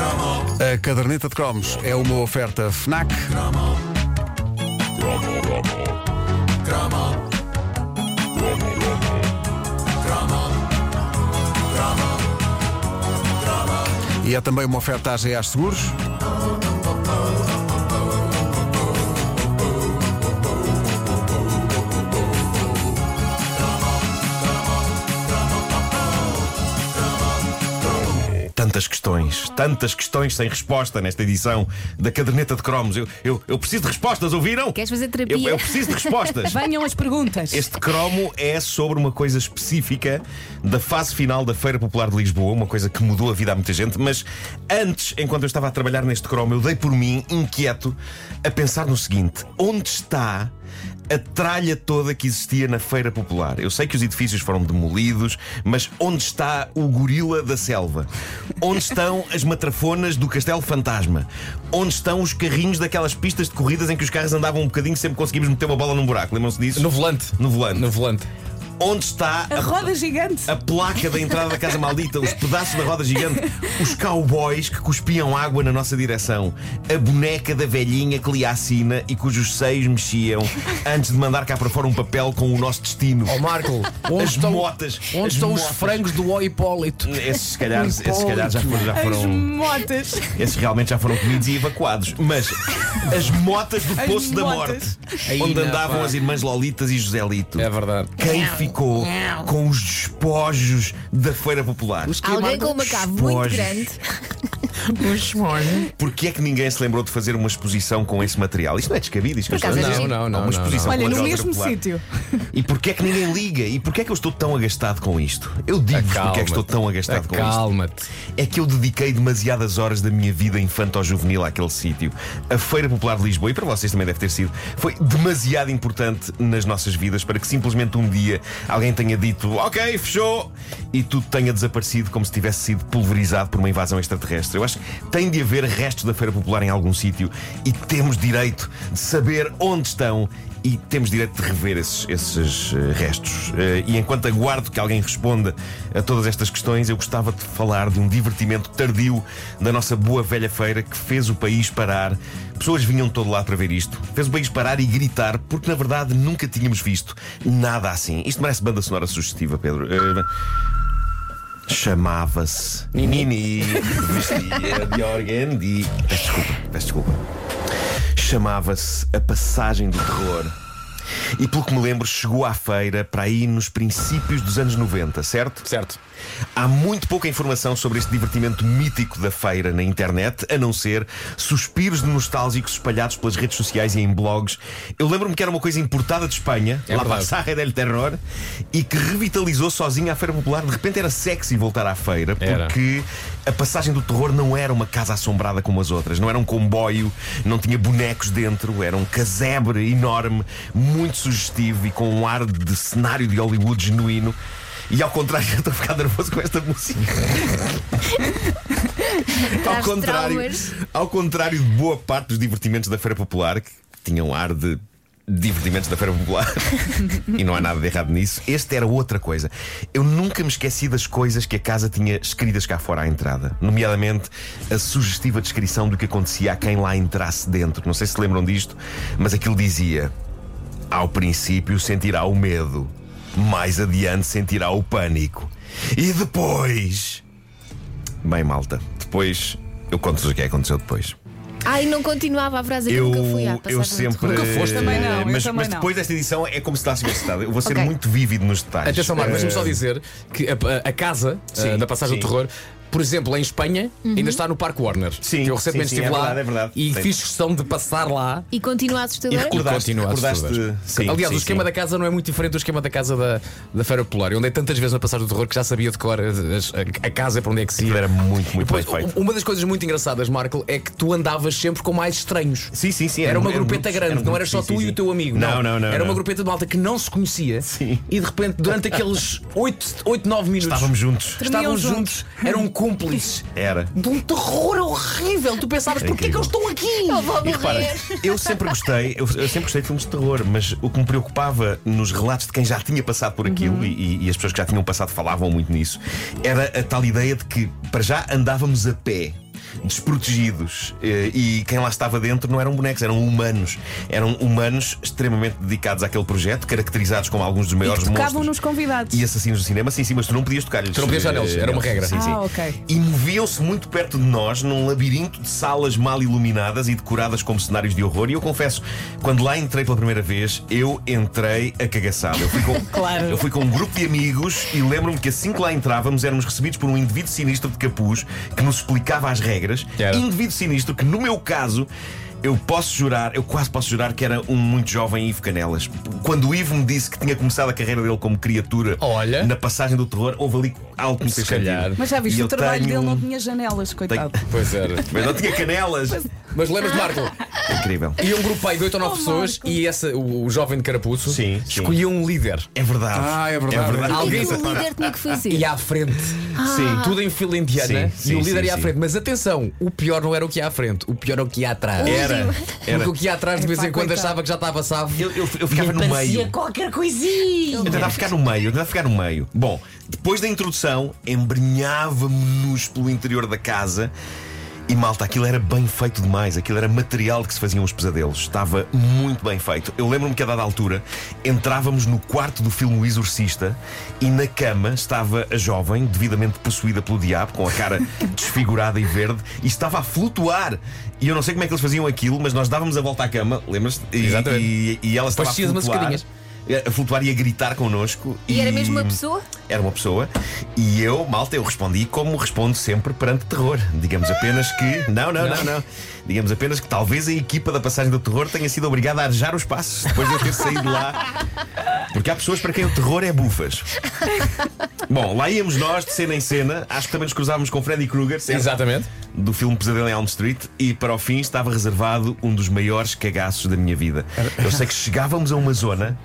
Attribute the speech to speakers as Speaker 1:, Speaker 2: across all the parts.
Speaker 1: A caderneta de cromos é uma oferta FNAC. E é também uma oferta à GA Seguros.
Speaker 2: Tantas questões, tantas questões sem resposta nesta edição da caderneta de cromos. Eu, eu, eu preciso de respostas, ouviram?
Speaker 3: Queres fazer terapia?
Speaker 2: Eu, eu preciso de respostas.
Speaker 4: Venham as perguntas.
Speaker 2: Este cromo é sobre uma coisa específica da fase final da Feira Popular de Lisboa, uma coisa que mudou a vida a muita gente, mas antes, enquanto eu estava a trabalhar neste cromo, eu dei por mim, inquieto, a pensar no seguinte: onde está a tralha toda que existia na Feira Popular? Eu sei que os edifícios foram demolidos, mas onde está o gorila da selva? Onde estão as matrafonas do Castelo Fantasma? Onde estão os carrinhos daquelas pistas de corridas em que os carros andavam um bocadinho sempre conseguimos meter uma bola num buraco? Lembram-se disso?
Speaker 5: No volante.
Speaker 2: No volante.
Speaker 5: No volante.
Speaker 2: Onde está
Speaker 4: A
Speaker 2: a,
Speaker 4: roda gigante.
Speaker 2: a placa da entrada da Casa Maldita, os pedaços da roda gigante, os cowboys que cuspiam água na nossa direção, a boneca da velhinha que lhe assina e cujos seios mexiam antes de mandar cá para fora um papel com o nosso destino.
Speaker 5: Ó Marco, onde
Speaker 2: As
Speaker 5: estão,
Speaker 2: motas,
Speaker 5: onde
Speaker 2: as
Speaker 5: estão
Speaker 2: motas.
Speaker 5: os Um frangos do Ó Hipólito?
Speaker 2: Esses, se calhar, esses, se calhar já foram, já
Speaker 4: As
Speaker 2: foram-
Speaker 4: motas.
Speaker 2: esses realmente já foram comidos e evacuados. Mas as motas do
Speaker 4: As
Speaker 2: Poço da
Speaker 4: motas.
Speaker 2: Morte,
Speaker 5: Aí
Speaker 2: onde
Speaker 5: não,
Speaker 2: andavam
Speaker 5: pá.
Speaker 2: as irmãs Lolitas e José Lito.
Speaker 5: É verdade.
Speaker 2: Quem ficou com os despojos da Feira Popular?
Speaker 3: Alguém com uma cave muito
Speaker 2: Esponjas.
Speaker 3: grande.
Speaker 2: Porquê é que ninguém se lembrou de fazer uma exposição com esse material? Isto não é descabido, isto
Speaker 3: Por acaso
Speaker 2: é
Speaker 3: é
Speaker 2: giro.
Speaker 3: giro.
Speaker 5: Não, não, não,
Speaker 2: Uma
Speaker 5: não, não.
Speaker 2: exposição
Speaker 4: Olha,
Speaker 2: com
Speaker 4: no
Speaker 2: material
Speaker 4: mesmo
Speaker 2: popular.
Speaker 4: sítio.
Speaker 2: E porquê é que ninguém liga? E porquê é que eu estou tão agastado com isto? Eu digo-vos porquê é que estou tão agastado com isto.
Speaker 5: Calma-te.
Speaker 2: É que eu dediquei demasiadas horas da minha vida infanto-juvenil àquele sítio. A Feira Popular de Lisboa, e para vocês também deve ter sido, foi demasiado importante nas nossas vidas para que simplesmente um dia alguém tenha dito ok, fechou, e tudo tenha desaparecido como se tivesse sido pulverizado por uma invasão extraterrestre. Eu acho que tem de haver restos da Feira Popular em algum sítio e temos direito de saber onde estão e temos direito de rever esses, esses, eh, restos. Eh, e enquanto aguardo que alguém responda a todas estas questões, eu gostava de falar de um divertimento tardio da nossa boa velha feira que fez o país parar. Pessoas vinham de todo lá para ver isto. Fez o país parar e gritar, porque na verdade nunca tínhamos visto nada assim. Isto merece banda sonora sugestiva, Pedro. Eh, Chamava-se Nini. Vestia de organdi. Peço desculpa, peço desculpa. Chamava-se A Passagem do Terror. E pelo que me lembro, chegou à feira para aí nos princípios dos anos 90, certo?
Speaker 5: Certo.
Speaker 2: Há muito pouca informação sobre este divertimento mítico da feira na internet, a não ser suspiros de nostálgicos espalhados pelas redes sociais e em blogs. Eu lembro-me que era uma coisa importada de Espanha,
Speaker 5: É
Speaker 2: La
Speaker 5: verdade.
Speaker 2: Passarre del Terror, e que revitalizou sozinha a Feira Popular. De repente era sexy voltar à feira,
Speaker 5: Era.
Speaker 2: porque a passagem do terror não era uma casa assombrada como as outras, não era um comboio, não tinha bonecos dentro, era um casebre enorme, muito sugestivo e com um ar de cenário de Hollywood genuíno. E ao contrário, eu estou a ficar nervoso com esta música. ao,
Speaker 3: Traz
Speaker 2: contrário,
Speaker 3: traumas.
Speaker 2: ao contrário de boa parte dos divertimentos da Feira Popular, que tinham um ar de divertimentos da Feira Popular, e não há nada de errado nisso, este era outra coisa. Eu nunca me esqueci das coisas que a casa tinha escritas cá fora à entrada, nomeadamente a sugestiva descrição do que acontecia a quem lá entrasse dentro. Não sei se lembram disto, mas aquilo dizia. Ao princípio sentirá o medo, mais adiante sentirá o pânico. E depois. Bem, malta, depois eu conto-vos o que é que aconteceu depois.
Speaker 3: Ai, não continuava a frase que
Speaker 2: eu
Speaker 3: nunca fui ah, à passagem
Speaker 2: eu
Speaker 3: do
Speaker 2: sempre.
Speaker 3: terror.
Speaker 5: foste?
Speaker 4: Também não, eu
Speaker 2: mas,
Speaker 4: também
Speaker 2: mas
Speaker 4: não.
Speaker 2: depois desta edição é como se tivesse estado. Eu vou ser
Speaker 3: Ok.
Speaker 2: muito vívido nos detalhes.
Speaker 5: Atenção, Marco,
Speaker 2: Eh,
Speaker 5: deixa-me só dizer que a, a- a casa eh,
Speaker 2: Sim,
Speaker 5: da Passagem do
Speaker 2: sim.
Speaker 5: Terror. Por exemplo, em Espanha, ainda está no Parque Warner.
Speaker 2: Sim,
Speaker 5: que eu recentemente
Speaker 2: sim, sim,
Speaker 5: estive
Speaker 2: é
Speaker 5: lá
Speaker 2: verdade, é verdade.
Speaker 5: e
Speaker 2: Tem-
Speaker 5: fiz questão de passar lá.
Speaker 3: E continua
Speaker 2: E
Speaker 3: assustadora?
Speaker 2: recordaste,
Speaker 5: continua a
Speaker 2: recordaste
Speaker 5: suceder.
Speaker 2: sim,
Speaker 5: Aliás,
Speaker 2: sim,
Speaker 5: o esquema
Speaker 2: sim.
Speaker 5: da casa não é muito diferente do esquema da casa da, da Feira Popular. Eu andei tantas vezes na Passagem do Terror que já sabia de cor as- as- a, a casa para onde é que se ia.
Speaker 2: Aquilo Eh, era muito, muito
Speaker 5: Depois,
Speaker 2: bem feito.
Speaker 5: u- uma das coisas muito engraçadas, Marco, é que tu andavas sempre com mais estranhos.
Speaker 2: Sim, sim, sim.
Speaker 5: Era uma
Speaker 2: eram
Speaker 5: grupeta
Speaker 2: grupos,
Speaker 5: grande,
Speaker 2: eram
Speaker 5: não era só
Speaker 2: grupos,
Speaker 5: tu
Speaker 2: sim,
Speaker 5: e
Speaker 2: sim.
Speaker 5: o teu amigo.
Speaker 2: Não, não, não.
Speaker 5: Era uma
Speaker 2: não.
Speaker 5: grupeta de malta que não se conhecia
Speaker 2: Sim.
Speaker 5: e de repente, durante aqueles 8, 8 9 minutos,
Speaker 2: Estávamos juntos.
Speaker 5: estavam
Speaker 4: Dormiam juntos.
Speaker 5: juntos, eram cúmplices
Speaker 2: Era.
Speaker 5: de um terror horrível. Tu pensavas, porquê é que eu estou aqui?
Speaker 3: Eu vou
Speaker 2: E repara,
Speaker 3: morrer.
Speaker 2: eu sempre gostei, eu, eu sempre gostei de filmes de terror, mas o que me preocupava nos relatos de quem já tinha passado por aquilo e, e- e as pessoas que já tinham passado falavam muito nisso, era a tal ideia de que para já andávamos a pé. desprotegidos. eh, E quem lá estava dentro não eram bonecos, eram humanos. Eram humanos extremamente dedicados àquele projeto, caracterizados como alguns dos maiores
Speaker 4: Tocavam
Speaker 2: monstros
Speaker 4: nos convidados.
Speaker 2: e assassinos do cinema, sim, sim, mas tu não podias tocar-lhes.
Speaker 5: Tu não podias tocar neles,
Speaker 2: eh,
Speaker 5: era uma regra.
Speaker 2: Sim, sim.
Speaker 4: Ah, ok.
Speaker 2: E moviam-se muito perto de nós num labirinto de salas mal iluminadas e decoradas como cenários de horror. E eu confesso, quando lá entrei pela primeira vez, eu entrei acagaçado. Eu fui com,
Speaker 4: Claro.
Speaker 2: eu fui com um grupo de amigos e lembro-me que assim que lá entrávamos éramos recebidos por um indivíduo sinistro de capuz que nos explicava as regras.
Speaker 5: Era.
Speaker 2: Indivíduo sinistro que, no meu caso, eu posso jurar, eu quase posso jurar que era um muito jovem Ivo Canelas. Quando o Ivo me disse que tinha começado a carreira dele como criatura
Speaker 5: Olha.
Speaker 2: na passagem do terror, houve ali algo que me
Speaker 5: Se
Speaker 2: fez
Speaker 5: calhar.
Speaker 2: sentido.
Speaker 4: Mas já viste,
Speaker 2: E
Speaker 4: o
Speaker 2: eu
Speaker 4: trabalho
Speaker 2: tenho
Speaker 4: dele não
Speaker 2: um-
Speaker 4: tinha janelas, coitado.
Speaker 5: Pois era.
Speaker 2: Mas não tinha canelas.
Speaker 5: Mas lembras de Marco?
Speaker 2: Incrível.
Speaker 5: E um grupo aí de 8 ou 9
Speaker 4: Oh,
Speaker 5: pessoas
Speaker 4: Marco.
Speaker 5: e essa, o, o jovem de carapuço
Speaker 2: Sim, sim.
Speaker 5: escolhia um líder.
Speaker 2: É verdade.
Speaker 1: Ah, é verdade.
Speaker 3: O que
Speaker 5: Alguém
Speaker 3: é que
Speaker 5: se-
Speaker 3: o líder tinha que fazer?
Speaker 5: E à frente.
Speaker 4: Ah.
Speaker 2: Sim.
Speaker 5: Tudo em fila indiana
Speaker 2: Sim,
Speaker 5: e
Speaker 2: sim,
Speaker 5: o líder
Speaker 2: sim,
Speaker 5: ia à
Speaker 2: sim.
Speaker 5: frente. Mas atenção, o pior não era o que ia à frente, o pior era o que ia atrás.
Speaker 2: Era.
Speaker 5: Porque
Speaker 2: era.
Speaker 5: o que ia atrás de vez
Speaker 4: Epá,
Speaker 5: em quando
Speaker 4: coitado.
Speaker 5: achava que já estava salvo.
Speaker 2: Eu, eu, eu ficava no meio.
Speaker 4: qualquer coisinha.
Speaker 2: Eu tentava ficar no meio, eu tentava ficar no meio. Bom, depois da introdução, embrenhávamos-nos pelo interior da casa. E malta, aquilo era bem feito demais, aquilo era material de que se faziam os pesadelos, estava muito bem feito. Eu lembro-me que a dada altura entrávamos no quarto do filme O Exorcista e na cama estava a jovem, devidamente possuída pelo diabo, com a cara desfigurada e verde, e estava a flutuar. E eu não sei como é que eles faziam aquilo, mas nós dávamos a volta à cama, lembras-te? E,
Speaker 5: Exatamente.
Speaker 2: e, e ela estava a
Speaker 5: tinhas umas
Speaker 2: flutuar
Speaker 5: carinhas.
Speaker 2: a flutuar e a gritar connosco.
Speaker 3: E era mesmo uma pessoa?
Speaker 2: Era uma pessoa. E eu, malta, eu respondi como respondo sempre perante terror. Digamos apenas que. Não, não, não, não. Digamos apenas que talvez a equipa da passagem do terror tenha sido obrigada a arejar os passos depois de eu ter saído lá. Porque há pessoas para quem o terror é bufas. Bom, lá íamos nós, de cena em cena. Acho que também nos cruzávamos com Freddy Krueger, certo?
Speaker 5: Exatamente.
Speaker 2: do filme Pesadelo em Elm Street e para o fim estava reservado um dos maiores cagaços da minha vida. Eu sei que chegávamos a uma zona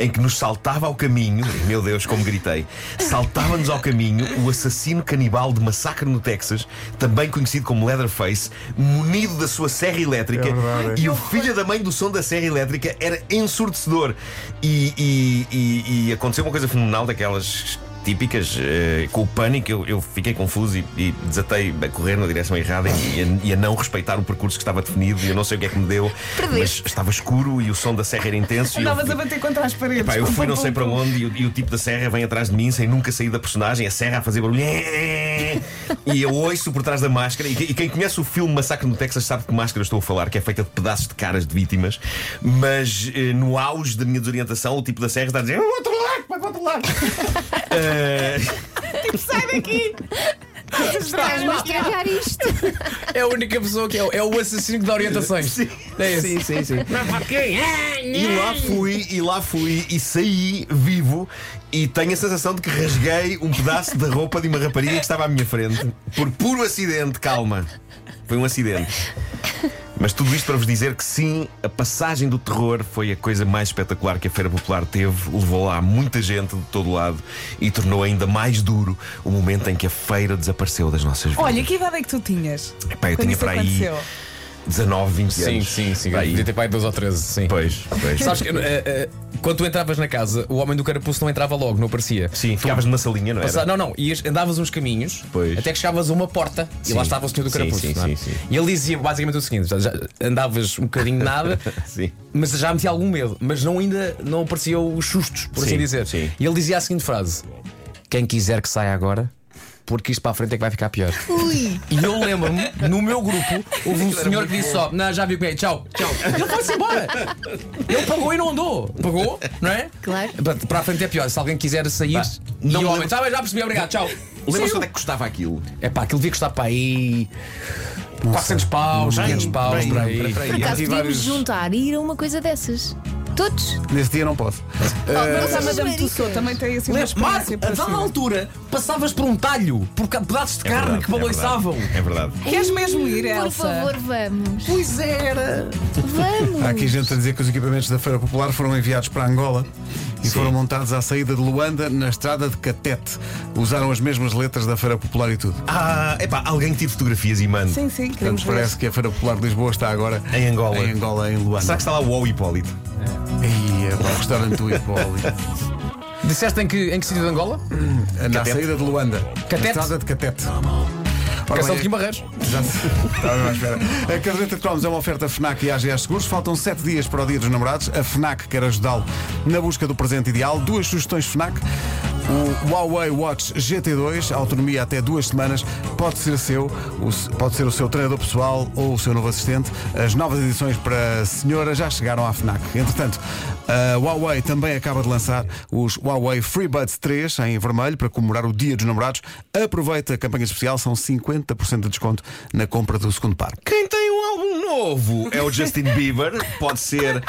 Speaker 2: em que nos saltava ao caminho, meu Deus, como gritei, saltava-nos ao caminho o assassino canibal de massacre no Texas, também conhecido como Leatherface, munido da sua serra elétrica
Speaker 1: É verdade.
Speaker 2: e o filho da mãe do som da serra elétrica era ensurdecedor. E, e- e- e aconteceu uma coisa fenomenal daquelas típicas, eh, com o pânico, eu, eu fiquei confuso e, e desatei a correr na direção errada e, e a, e a não respeitar o percurso que estava definido. E eu não sei o que é que me deu, mas
Speaker 3: Perdeste.
Speaker 2: estava escuro e o som da serra era intenso. e eu-
Speaker 4: Andavas a bater contra as paredes.
Speaker 2: Pá, eu
Speaker 4: Pum,
Speaker 2: fui
Speaker 4: pum,
Speaker 2: não sei
Speaker 4: pum,
Speaker 2: para
Speaker 4: pum.
Speaker 2: onde e o, e o tipo da serra vem atrás de mim sem nunca sair da personagem, a serra a fazer barulho. E eu ouço por trás da máscara. E, que- e quem conhece o filme Massacre no Texas sabe de que máscara eu estou a falar, que é feita de pedaços de caras de vítimas. Mas eh, no auge da minha desorientação, o tipo da serra está a dizer: "Eu vou outro lado, vai para o outro lado. Eh,
Speaker 4: Sai daqui!
Speaker 3: Estás a estragar isto.
Speaker 5: É a única pessoa que é, o- é o assassino que dá orientações. É esse.
Speaker 1: sim, sim.
Speaker 2: E lá fui, e lá fui, e saí vivo. E tenho a sensação de que rasguei um pedaço da roupa de uma rapariga que estava à minha frente. Por puro acidente, calma. Foi um acidente. Mas tudo isto para vos dizer que sim, a passagem do terror foi a coisa mais espetacular que a Feira Popular teve. Levou lá muita gente de todo lado e tornou ainda mais duro o momento em que a feira desapareceu das nossas vidas.
Speaker 4: Olha, que idade é que tu tinhas?
Speaker 2: Epá, eu
Speaker 4: quando
Speaker 2: tinha
Speaker 4: isso
Speaker 2: para aí
Speaker 4: aconteceu?
Speaker 2: 19, 20
Speaker 5: Sim,
Speaker 2: anos.
Speaker 5: sim, sim.
Speaker 2: Para aí.
Speaker 5: Podia ter pai 12 ou 13, sim.
Speaker 2: Pois, pois.
Speaker 5: Sabes que eh, eh, quando tu entravas na casa, o homem do carapuço não entrava logo, não aparecia.
Speaker 2: Sim, ficavas numa salinha, não era?
Speaker 5: Passa- Não, não, ias, andavas uns caminhos
Speaker 2: Pois.
Speaker 5: até que chegavas a uma porta e lá
Speaker 2: Sim.
Speaker 5: estava o senhor do
Speaker 2: Sim,
Speaker 5: carapuço.
Speaker 2: sim,
Speaker 5: não é?
Speaker 2: sim, sim.
Speaker 5: E ele dizia basicamente o seguinte: portanto, já andavas um bocadinho de nada,
Speaker 2: Sim.
Speaker 5: mas já metia algum medo, mas não ainda não apareciam os sustos, por assim
Speaker 2: Sim,
Speaker 5: dizer.
Speaker 2: sim.
Speaker 5: E ele dizia a seguinte frase: Quem quiser que saia agora. Porque isto para a frente é que vai ficar pior.
Speaker 3: Ui.
Speaker 5: E eu lembro-me, no meu grupo, houve um senhor que disse só: Não, já vi bem, tchau, tchau. Ele foi-se embora. Ele pagou e não andou. Pagou, não é?
Speaker 3: Claro.
Speaker 5: Para- Para a frente é pior. Se alguém quiser sair,
Speaker 2: Pá,
Speaker 5: e
Speaker 2: não
Speaker 5: o
Speaker 2: me
Speaker 5: homem,
Speaker 2: lembro-
Speaker 5: "Tá bem, já percebi, obrigado, tchau.
Speaker 2: Lembra-se
Speaker 5: Saiu.
Speaker 2: quanto é que custava aquilo?
Speaker 5: É pá, aquilo devia custar para aí 400 paus, 500 paus,
Speaker 2: por
Speaker 5: para
Speaker 2: aí,
Speaker 5: aí.
Speaker 2: por aí.
Speaker 3: Por acaso
Speaker 1: tive
Speaker 3: podíamos
Speaker 1: vários-
Speaker 3: juntar e ir a uma coisa dessas. Todos? Eh,
Speaker 1: Nesse dia não posso.
Speaker 4: Oh, Mas a
Speaker 3: Essas
Speaker 4: Madame
Speaker 3: maricas.
Speaker 4: Tussauds também tem assim uma
Speaker 5: Mas, Marco,
Speaker 4: experiência
Speaker 5: a
Speaker 4: parecida.
Speaker 5: dada altura, passavas por um talho, por ca- pedaços de carne que balançavam.
Speaker 2: É verdade.
Speaker 4: Queres mesmo ir, Elsa?
Speaker 3: Por favor, vamos.
Speaker 4: Pois era!
Speaker 3: Vamos.
Speaker 1: Há aqui gente a dizer que os equipamentos da Feira Popular foram enviados para Angola e foram montados à saída de Luanda na estrada de Catete. Usaram as mesmas letras da Feira Popular e tudo.
Speaker 2: Ah, epá, alguém que tire fotografias e manda.
Speaker 4: Sim, sim, queremos
Speaker 1: Portanto,
Speaker 4: ver.
Speaker 1: parece que a Feira Popular de Lisboa está agora
Speaker 2: Em Angola.
Speaker 1: Em Angola, em Luanda.
Speaker 2: Será que está lá o O Hipólito?
Speaker 1: Aí, é o restaurante do Hipólito.
Speaker 5: Disseste em que, em que sítio de Angola?
Speaker 1: Na
Speaker 2: Catete.
Speaker 1: saída de Luanda.
Speaker 5: Catete?
Speaker 1: Na estrada de Catete. Ora
Speaker 5: Canção
Speaker 1: bem,
Speaker 5: de Kim Barreiros.
Speaker 1: Exato. Estava mesmo à espera. A caderneta de cromos é uma oferta FNAC e AGS Seguros. Faltam 7 dias para o Dia dos Namorados. A FNAC quer ajudá-lo na busca do presente ideal. Duas sugestões FNAC. O Huawei Watch GT2, autonomia até duas semanas, pode ser seu, o se- pode ser o seu treinador pessoal ou o seu novo assistente. As novas edições para a senhora já chegaram à FNAC. Entretanto, a Huawei também acaba de lançar os Huawei FreeBuds 3 em vermelho para comemorar o Dia dos Namorados. Aproveita a campanha especial, são 50% de desconto na compra do segundo par.
Speaker 2: Quem tem um álbum novo é o Justin Bieber. Pode ser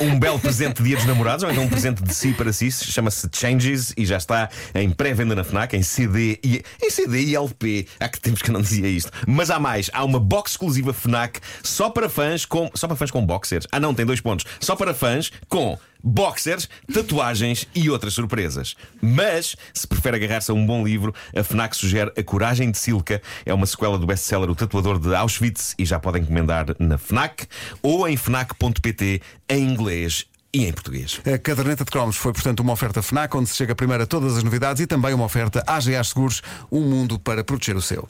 Speaker 2: um belo presente de dia dos namorados ou então um presente de si para si. Chama-se Changes e já está em pré-venda na Fnac, em CD e em CD e LP. Há que temos que não dizia isto. Mas há mais. Há uma box exclusiva Fnac só para fãs com só para fãs com boxers. Ah não, tem dois pontos. Só para fãs com Boxers, tatuagens e outras surpresas. Mas, se prefere agarrar-se a um bom livro, a FNAC sugere A Coragem de Silca. É uma sequela do best-seller O Tatuador de Auschwitz e já podem encomendar na FNAC ou em FNAC.pt em inglês e em português.
Speaker 1: A caderneta de cromos foi, portanto, uma oferta FNAC, onde se chega primeiro a todas as novidades e também uma oferta AGA Seguros, um mundo para proteger o seu.